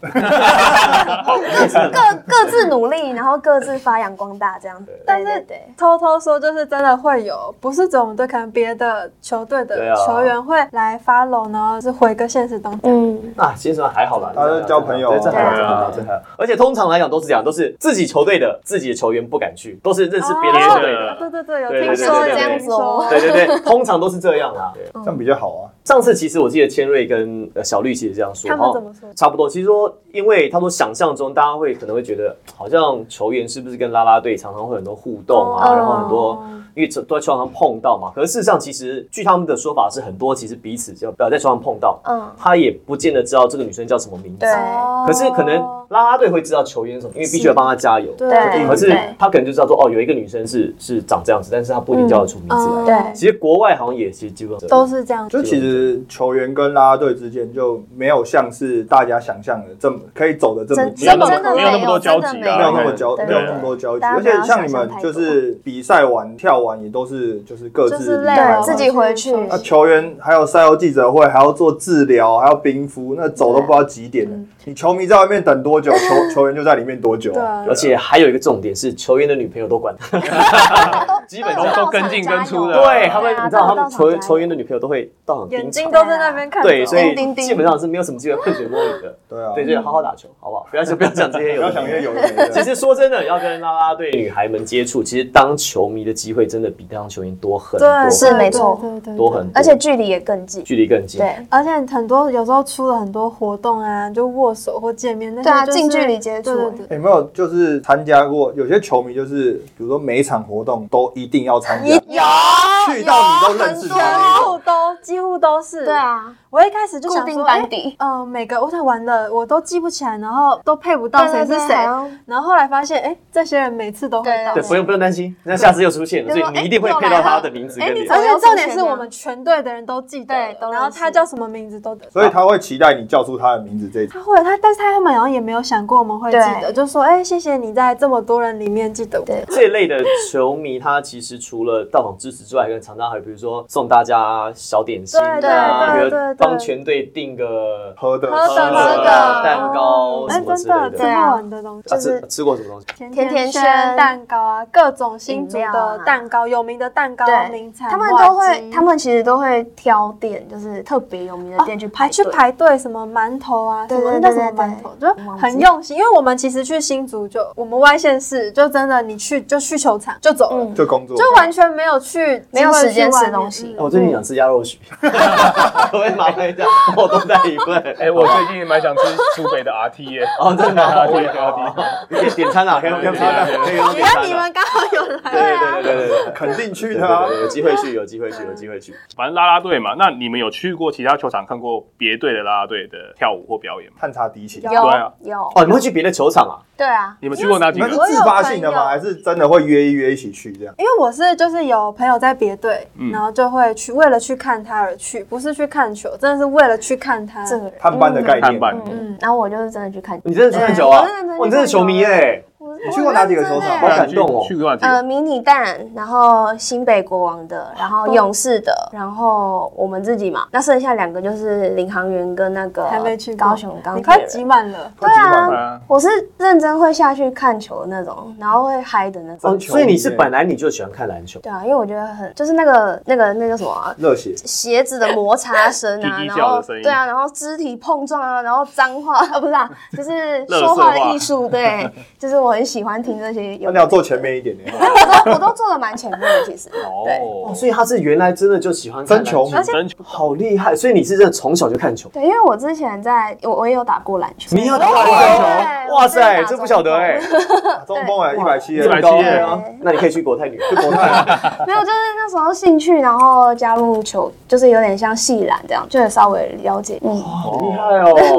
S2: 对，各各自努力， 然后各自发扬光大这样子。
S1: 但
S2: 对
S1: 是
S2: 对对
S1: 偷偷说，就是真的会有，不是只有我们队，可能别的球队
S3: 对
S1: 的
S3: 啊
S1: 球员会来 follow，然后是回个现实动态。
S2: 嗯，
S3: 啊，其实还好啦，
S4: 大家都交朋友
S3: 对，这还好，
S2: 对
S3: 这还
S5: 啊
S3: 好，这还好。而且通常来讲都是这样，都是自己球队的自己的球员不敢去，都是认识别的球队
S5: 哦
S3: 的。
S1: 啊对对对，有
S3: 对
S1: 听
S3: 对
S1: 说
S3: 对对
S1: 有
S3: 对对
S1: 听说，
S3: 对对对，通常都是这样啦。对
S2: 嗯
S4: 这样比较好啊。
S3: 上次其实我记得千瑞跟呃小绿其实这样说，
S1: 他们怎么说
S3: 差不多，其实说，因为他说想象中大家会可能会觉得，好像球员是不是跟啦啦队常常会很多互动啊，
S1: 哦
S3: 然后很多因为都在球场上碰到嘛。可是事实上，其实据他们的说法是，很多其实彼此就呃在球场碰到，
S2: 嗯
S3: 他也不见得知道这个女生叫什么名字
S2: 对。
S1: 哦
S3: 可是可能
S1: 哦，
S3: 啦啦队会知道球员什么，因为必须要帮他加油。
S1: 对
S2: 对
S3: 可是
S2: 对
S3: 他可能就知道说，哦，有一个女生是是长这样子，但是他不一定叫得出名字来。
S1: 嗯
S2: 对
S3: 其实国外好像也其实基本上
S1: 都是这样子
S4: 就其实球员跟啦啦队之间就没有像是大家想象的这么可以走的这么
S2: 真
S4: 近
S5: 没有
S2: 真
S5: 那么
S2: 真的
S5: 没有那么多交集啊
S2: 真的没
S4: 没有那么
S5: 对
S4: 交
S2: 对
S4: 没有那么多交集，
S2: 大家
S4: 而
S2: 不要
S4: 且像你
S2: 想象
S4: 们
S2: 太
S4: 就是比赛完跳完也都是就是各
S1: 就
S4: 自
S1: 是
S4: 离
S1: 累
S4: 开
S2: 对
S1: 了
S4: 嘛
S2: 自己回去
S3: 啊
S4: 那球员还有赛后记者会，还要做治疗，还要冰敷，那走都不知道几点了。你球迷在外面等多久，球球员就在里面多久
S1: 对啊
S4: 啊？
S3: 而且还有一个重点是，球员的女朋友都管他。
S2: 啊 基
S3: 本上
S5: 都跟进跟出的
S3: 对，
S2: 啊
S5: 对
S3: 他们你知道，他们球球员的女朋友都会到场
S1: 眼
S3: 盯
S1: 睛
S3: 场。
S1: 都在那边看着。
S3: 对，所以
S2: 叮叮叮
S3: 基本上是没有什么机会混水摸鱼的。
S4: 对啊，
S3: 对，所以好好打球，好不好？不要想不要讲这些
S4: 不
S3: 有
S4: 要
S3: 的
S4: 想
S3: 没
S4: 越
S3: 的。
S4: 有越没
S3: 其
S4: 的。
S3: 实说真的，要跟啦啦队女孩们接触，其实当球迷的机会真的比当球员多很多，
S1: 对，
S2: 是没错
S1: 对对对，对
S3: 多很多，
S2: 而且距离也更近。
S3: 距离更近。
S2: 对，
S1: 而且很多有时候出了很多活动啊，就握手或见面，那些
S2: 对啊
S1: 就是
S2: 近距离接触
S1: 对对对
S4: 有没有就是参加过？有些球迷就是，比如说每一场活动都一定要参加，
S1: 有
S4: 去到你都认识他那
S1: 几
S4: 种。
S1: 乎都几乎都是。
S2: 对，啊，
S1: 我一开始就
S2: 固
S1: 想
S2: 定
S1: 说，
S2: 班
S1: 哎，
S2: 底，
S1: 嗯、每个我想玩的我都记不起来，然后都配不到谁是谁，然后后来发现，哎，这些人每次都会到
S3: 对，。不用不用担心，那下次又出现了，所以你一定会配到他的名字
S2: 哎
S3: 跟
S2: 你
S3: 脸
S2: 怎。
S1: 而
S2: 么
S1: 且重点是我们全队的人都记得了，
S2: 对都认识
S1: 然后他叫什么名字都得。
S4: 所以他会期待你叫出他的名字这一场。
S1: 他会，他但是他们好像也没有想过我们会记得，
S2: 对
S1: 就说哎、谢谢你在这么多人里面记得我。
S2: 对
S3: 这一类的球迷，他其实除了到场支持之外，跟常常还有比如说送大家小点心
S1: 对
S2: 对
S3: 啊，
S2: 对
S3: 比如
S1: 对对
S3: 帮全队订个
S4: 喝的，
S1: 喝的
S3: 喝
S1: 喝
S3: 的
S1: 的
S3: 蛋糕什
S1: 哎、
S3: 么之
S1: 真的
S3: 类
S1: 吃
S3: 的。
S1: 不完的东西，
S3: 啊，
S2: 就是
S3: 吃吃过什么东西？
S1: 甜
S2: 甜
S1: 甜
S2: 甜
S1: 圈
S2: 圈
S1: 蛋糕啊，各种新竹
S2: 饮料啊
S1: 的蛋糕，有名的蛋糕
S2: 对
S1: 名产，
S2: 他们都会，他们其实都会挑店，就是特别有名的店去
S1: 哦还
S2: 排
S1: 去
S2: 队。
S1: 排队什么馒头啊，什
S2: 对
S1: 么
S2: 对
S1: 那叫
S2: 对
S1: 什么
S2: 对
S1: 馒头，
S2: 对
S1: 就很用心。因为我们其实去新竹就我们外县市，就真的你去就去球场就走了，
S2: 嗯
S4: 就工作，
S1: 就完全没有去
S2: 没有
S1: 机会去
S2: 时间吃
S1: 外面
S2: 东西
S1: 嗯
S3: 哎我最近想吃鸭肉 许，可不可以麻烦一下，帮我多带一份？
S5: 哎，我最近蛮想吃苏北的 RT 耶，
S3: 哦，真的 啊，
S5: 对
S3: 你可以点餐啊，可以用点餐啊，可以用
S1: 你
S3: 点餐
S1: 看你
S3: 啊。
S1: 们刚好有来，
S3: 对对对对对对
S4: 肯定 去
S3: 对
S4: 的啊
S3: 对，对，有机会去，有机会去，有机会去。
S5: 反正啦啦队嘛。那你们有去过其他球场看过别队的啦啦队的跳舞或表演吗？
S4: 探查敌情。
S5: 对啊
S2: 有，
S3: 哦，你们会去别的球场啊？
S2: 对啊，
S5: 你们去过哪几
S4: 你们是
S5: 个？
S4: 自发性的
S1: 我有
S4: 吗？
S1: 朋友
S4: 还是真的会约一约一起去这样？
S1: 因为我是就是有朋友在别队，
S5: 嗯
S1: 然后就会去为了去看他而去，不是去看球，真的是为了去看他。
S2: 这个人
S4: 探班的概
S5: 看
S4: 念。
S5: 板。
S2: 嗯，然后我就是真的去看，
S3: 你真的去看球啊
S2: 对我真的？去
S3: 哇，你真的
S2: 看球
S3: 球迷耶！
S4: 你去过哪几个球
S2: 我
S4: 场？
S2: 认
S3: 好
S5: 不
S3: 感
S5: 然
S4: 敢
S5: 去
S3: 动哦
S5: 去过哪几
S2: 呃，
S5: 个？
S2: 迷你蛋，然后新北国王的，然后
S4: 哦
S2: 勇士的，然后我们自己嘛。那剩下两个就是领航员跟那个
S1: 还没去过
S2: 高雄钢
S1: 你
S2: 铁
S1: 快挤
S2: 人。
S1: 满了，
S4: 对
S5: 对
S2: 啊
S5: 啊，
S2: 我是认真会下去看球的那种，然后会嗨的那
S3: 哦，
S2: 种。
S3: 所以你是本来你就喜欢看篮球，
S2: 对啊，因为我觉得很就是那个那个那叫什么啊？
S4: 热血，
S2: 鞋子的摩擦声啊，
S5: 滴滴
S2: 然
S5: 叫
S2: 后
S5: 的声音
S2: 对啊，然后肢体碰撞啊，然后脏话啊，不是啊，就是
S5: 垃圾
S2: 说话
S5: 话
S2: 的艺术， 对，就是我很喜欢听这些有。
S4: 那你要坐前面一点呢。
S2: 我都我都坐的蛮前面的，其实。对
S5: 哦，
S3: 所以他是原来真的就喜欢看篮
S4: 真球迷
S1: 而且
S5: 真
S3: 好厉害！所以你是真的从小就看球，
S2: 对，因为我之前在我我也有打过篮球，
S3: 你要打
S2: 对
S3: 篮球，哇
S2: 我
S3: 塞，
S2: 是打
S3: 这不晓得哎，
S4: 打中锋哎，一百七，
S5: 一百
S3: 这么
S5: 七
S3: 高
S5: 耶
S3: 哎啊！那你可以去国泰女，去国泰，啊
S2: 没有，就是那时候兴趣，然后加入球，就是有点像系篮这样，就有稍微了解，嗯，
S3: 好厉害 哦，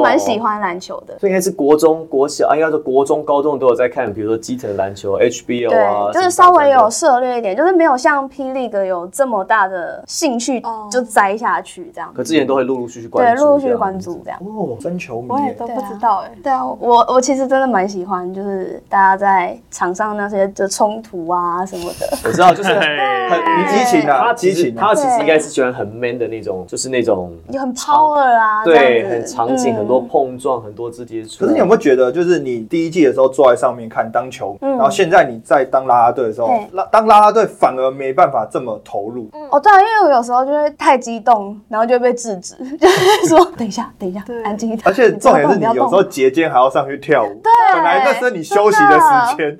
S2: 蛮喜。欢篮球的。
S3: 所以应该是国中、国小，啊，应该说国中、高中都有在看，比如说基层篮球、HBO
S2: 对，
S3: 啊，
S2: 就是稍微有涉猎一点，就是没有像霹雳哥有这么大的兴趣
S1: 哦
S2: 就栽下去这样。
S3: 可之前都会陆陆续续关
S2: 对，
S3: 注，
S2: 陆陆续续关。注这样。
S4: 哦，真球迷
S1: 我也
S4: 耶。
S1: 都
S2: 对
S1: 不
S2: 啊
S1: 知道哎、
S2: 对啊，我我其实真的蛮喜欢，就是大家在场上那些的冲突啊什么的。
S3: 我知道，就是很
S5: 嘿，
S4: 激情啊
S3: 他其
S4: 激
S3: 实
S4: 情啊
S3: 他其实应该是喜欢很 man 的那种，就是那种
S2: 有很 power 啊，这
S3: 对，
S2: 样子
S3: 很场景，
S2: 嗯
S3: 很多碰撞，很多肢体接触。
S4: 可是你有没有觉得，就是你第一季的时候坐在上面看当球迷，然后现在你在当啦啦队的时候
S2: 对，
S4: 拉当啦啦队反而没办法这么投入。
S2: 哦，对啊，因为我有时候就会太激动，然后就会被制止， 就是说等一下，等一下
S1: 对，
S2: 安静一点。
S4: 而且重点是
S2: 不
S4: 你
S2: 要
S4: 有
S2: 动
S4: 时候节间还要上去跳舞，本来那是你休息的时间，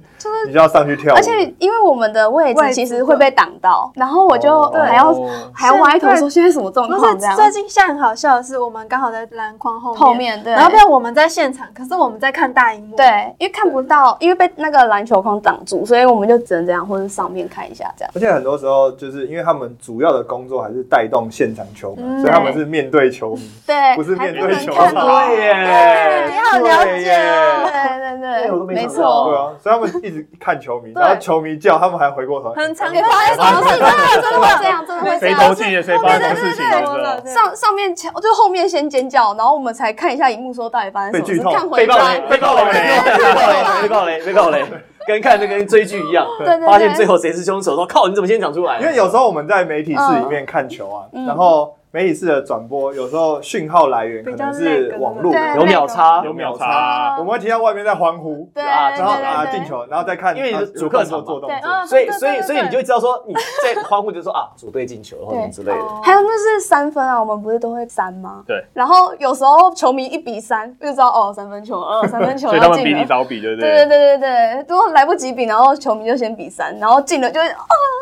S4: 你就要上去跳舞。
S2: 而且因为我们的位
S1: 位
S2: 置
S1: 置
S2: 其实会被挡到，然后我就
S4: 哦
S2: 还要
S5: 哦
S2: 还要歪头说现在什么状
S1: 不
S2: 况这
S1: 是
S2: 样。
S1: 最近现在很好笑的是，我们刚好在篮筐后面，
S2: 后面对
S1: 然后变成我们在现场，可是我们在看大荧幕，
S2: 对，因为看不到，因为被那个篮球框挡住，所以我们就只能这样，或者上面看一下这样。
S4: 而且很多时候就是因为他们主要的工作还是带动现场球迷，
S1: 嗯
S4: 所以他们是面对球迷。
S2: 对，
S4: 不是
S2: 还
S4: 面对
S2: 能
S4: 球
S2: 看
S4: 吗
S2: 到
S3: 对耶
S2: 对你好了
S4: 对
S2: 解，
S4: 耶哎
S2: 对对
S3: 对 我都
S2: 对，
S3: 没
S2: 没
S3: 想到
S4: 对
S2: 错。
S4: 啊，所以他们一直看 球迷，
S1: 对
S4: 然后球迷叫，他们还回过头来。
S1: 很常
S2: 哎不好意思，我是真的真的 会这样，真的会这
S5: 谁
S2: 样。
S5: 投进的，谁发生什么事情，
S1: 对
S5: 你
S1: 对
S5: 知道
S1: 对对
S2: 上上面前，就后面先尖叫，然后我们才看一下荧幕，说到底发生什么
S4: 被剧
S2: 事，
S4: 透
S2: 看
S3: 被
S2: 回
S3: 爆雷，
S2: 来。
S3: 被爆雷，被爆雷，被爆雷，被爆雷，跟看那跟追剧一样，
S2: 对对对
S3: 发现最后谁是凶手，说靠，你怎么先讲出来？啊
S4: 因为有时候我们在媒体室里面看球啊，
S2: 嗯
S4: 然后媒体室的转播有时候讯号来源可能是网络，
S2: 比较 lag
S4: 我
S2: 的
S3: 有秒差，
S5: 有秒差，
S4: 们会听到外面在欢呼，
S2: 对
S3: 啊
S2: 对
S4: 然后
S2: 对
S4: 啊
S2: 对
S4: 进球，然后再看
S3: 因为
S4: 啊
S3: 你是主客场嘛
S4: 做动
S2: 对
S4: 作。
S2: 嗯
S3: 所以
S2: 对对
S3: 所以
S2: 对
S3: 所以你就会知道说你在欢呼就说啊组队进球或者什么
S2: 对
S3: 之类
S1: 哦
S3: 的，
S2: 还有那是三分啊，我们不是都会三吗？
S5: 对。
S2: 然后有时候球迷一比三，就知道哦，三分球，呃，三分球
S5: 所以他
S2: 要
S5: 们比
S2: 进
S5: 你
S2: 了。
S5: 早比，对不
S2: 对对？对对对，如果来不及比，然后球迷就先比三，然后进了就会哦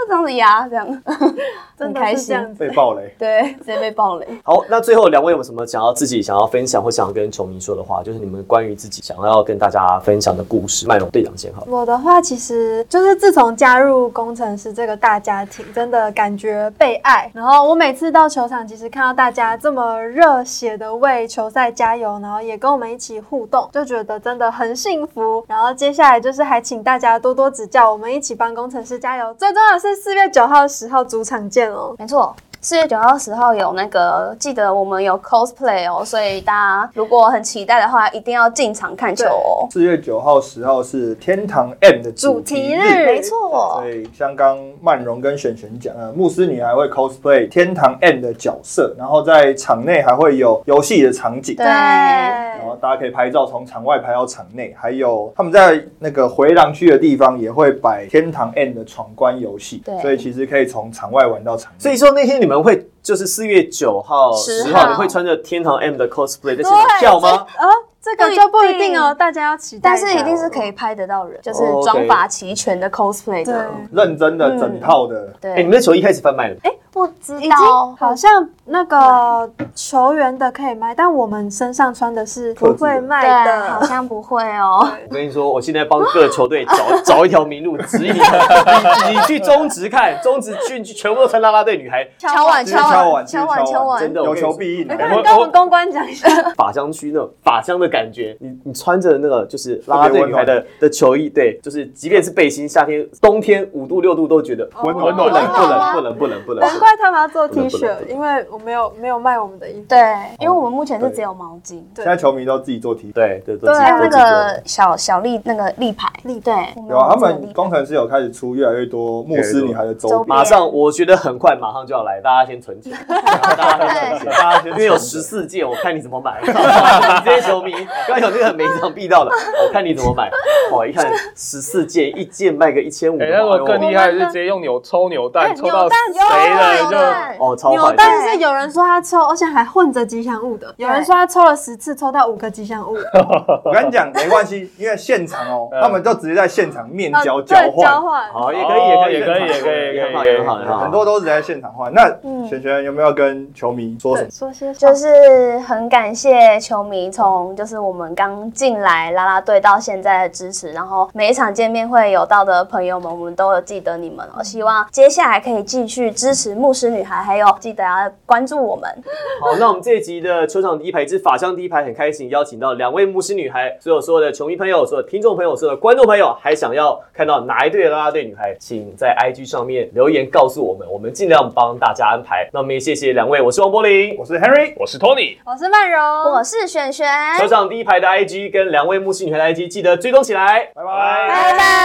S2: 这样子压，这样 很
S1: 真的
S2: 开
S1: 是这
S2: 心。
S1: 样子。
S4: 被爆雷，
S2: 对，直接被爆雷。
S3: 好，那最后两位有没有什么想要自己想要分享或想要跟球迷说的话？就是你们关于自己想要跟大家分享的故事。麦荣队长先好了，
S1: 我的话，其实就是自从加入工程师这个大家庭，真的感觉被爱。然后我每次到球场，其实看到大家这么热血的为球赛加油，然后也跟我们一起互动，就觉得真的很幸福。然后接下来就是还请大家多多指教，我们一起帮工程师加油。最重要的是四月九号、十号主场见哦！
S2: 没错，四月九号、十号有那个，记得我们有 cosplay 哦，所以大家如果很期待的话，一定要进场看球哦。
S4: 四月九号、十号是天堂 M 的
S1: 主
S4: 主
S1: 题
S4: 题
S1: 日，
S2: 没错
S4: 所，以像刚曼荣跟璇璇讲，呃，牧师女孩会 cosplay 天堂 M 的角色，然后在场内还会有游戏的场景，
S2: 对
S4: 然后大家可以拍照，从场外拍到场内，还有他们在那个回廊区的地方也会摆天堂 N 的闯关游戏，
S2: 对
S4: 所以其实可以从场外玩到场内。
S3: 所以说那天你们会就是四月九号、
S2: 10
S3: 十
S2: 号
S3: 号，你会穿着天堂 M 的 cosplay 在现场跳吗？
S1: 啊，这个就不一定哦，大家要期待
S2: 但
S1: 一下。
S2: 是一定是可以拍得到人，就是
S3: 哦，OK
S2: 装法齐全的 cosplay
S1: 对
S2: 的。，
S4: 认真的整套
S3: 哎、
S4: 的，
S2: 嗯对，
S3: 你们的球衣开始贩卖了吗，
S1: 哎
S2: 不知
S1: 已经
S2: 道，
S1: 好像那个球员的可以卖，但我们身上穿的是不会卖
S2: 对，好
S1: 的。
S2: 像不会哦。
S3: 我跟你说，我现在帮各球队 找找一条明路指引你们，你你去中职看，中职去去全部都穿啦啦队女 孩，
S2: 敲碗，
S4: 直接
S2: 敲
S4: 碗，
S2: 碗，
S4: 敲
S2: 敲碗，敲
S4: 碗，
S2: 碗
S3: 真。的
S4: 有求必应啊。
S1: 快跟我们公关讲一下，
S3: 法香区那种法香的感觉，你你穿着那个就是啦啦队女孩的的球衣，对，就是即便是背心，夏天、冬天五度六度都觉得
S4: 温
S5: 温
S3: 不
S5: 暖
S3: 冷不冷不冷不冷不冷。
S1: 哦难怪他们要做 T
S3: 不能不
S1: 恤，
S3: 能
S1: 因为我没有没有卖我们的衣服。
S2: 对，因为我们目前是只有毛巾，
S4: 现在球迷都自己做题。
S3: 对对对，
S2: 对，还有那
S3: 都记得
S2: 个小小立那个立牌，立对，我
S4: 有啊，他
S2: 有这个
S4: 们
S2: 立牌
S4: 工程师有开始出越来越多牧师女孩的周
S2: 周
S4: 边，
S2: 边
S3: 马上，我觉得很快，马上就要来，大家先存钱， 大家先存钱。
S4: 大家先
S3: 因为有十四件，我看你怎么买。 你这些球迷，刚刚有那个每一场必到的，我看你怎么买。哦哇，一看十四件，一件卖个一千五，
S5: 哎，那
S3: 哎
S5: 个
S3: 呦
S5: 更厉害的是直接用扭抽扭蛋，
S1: 哎
S5: 抽到
S1: 扭蛋
S5: 谁
S2: 有
S5: 了
S2: 啊
S5: 就
S2: 有啊
S3: 哦，超
S1: 有
S3: 坏，
S1: 但是有人说他抽，而且还混着吉祥物的。有人说他抽了十次，抽到五个吉祥物。
S4: 我跟你讲，没关系，因为现场 哦，
S5: 嗯
S4: 他们就直接在现场面
S1: 啊
S4: 交交
S1: 对，交
S4: 换，
S2: 哦
S1: 换。
S3: 好，也可以，也可以，
S5: 哦也可以也可以
S3: 很好，
S5: 也可以
S3: 很好，很好。
S4: 很多都是在现场换。那
S2: 嗯
S4: 璇璇有没有跟球迷说什么？
S1: 说些什
S2: 就
S1: 么
S2: 是很感谢球迷从就是我们刚进来啦啦队到现在的支持，然后每一场见面会有到的朋友们，我们都有记得你们哦。希望接下来可以继续支持牧师女孩，还有记得要关注我们。
S3: 好，那我们这一集的球场第一排之法香第一排，很开心邀请到两位牧师女孩，所有所有的球迷朋友、所有听众朋友、所有的观众朋友，还想要看到哪一队的啦啦队女孩，请在 IG 上面留言告诉我们，我们尽量帮大家安排。那我们也谢谢两位，我是王柏林。
S4: 我是 Henry，
S5: 我是 Tony，
S1: 我是曼
S2: 我
S1: 荣，
S2: 是璇璇，
S3: 球场第一排的 IG 跟两位牧师女孩的 IG 记得追踪起来，
S4: 拜拜
S1: 拜拜。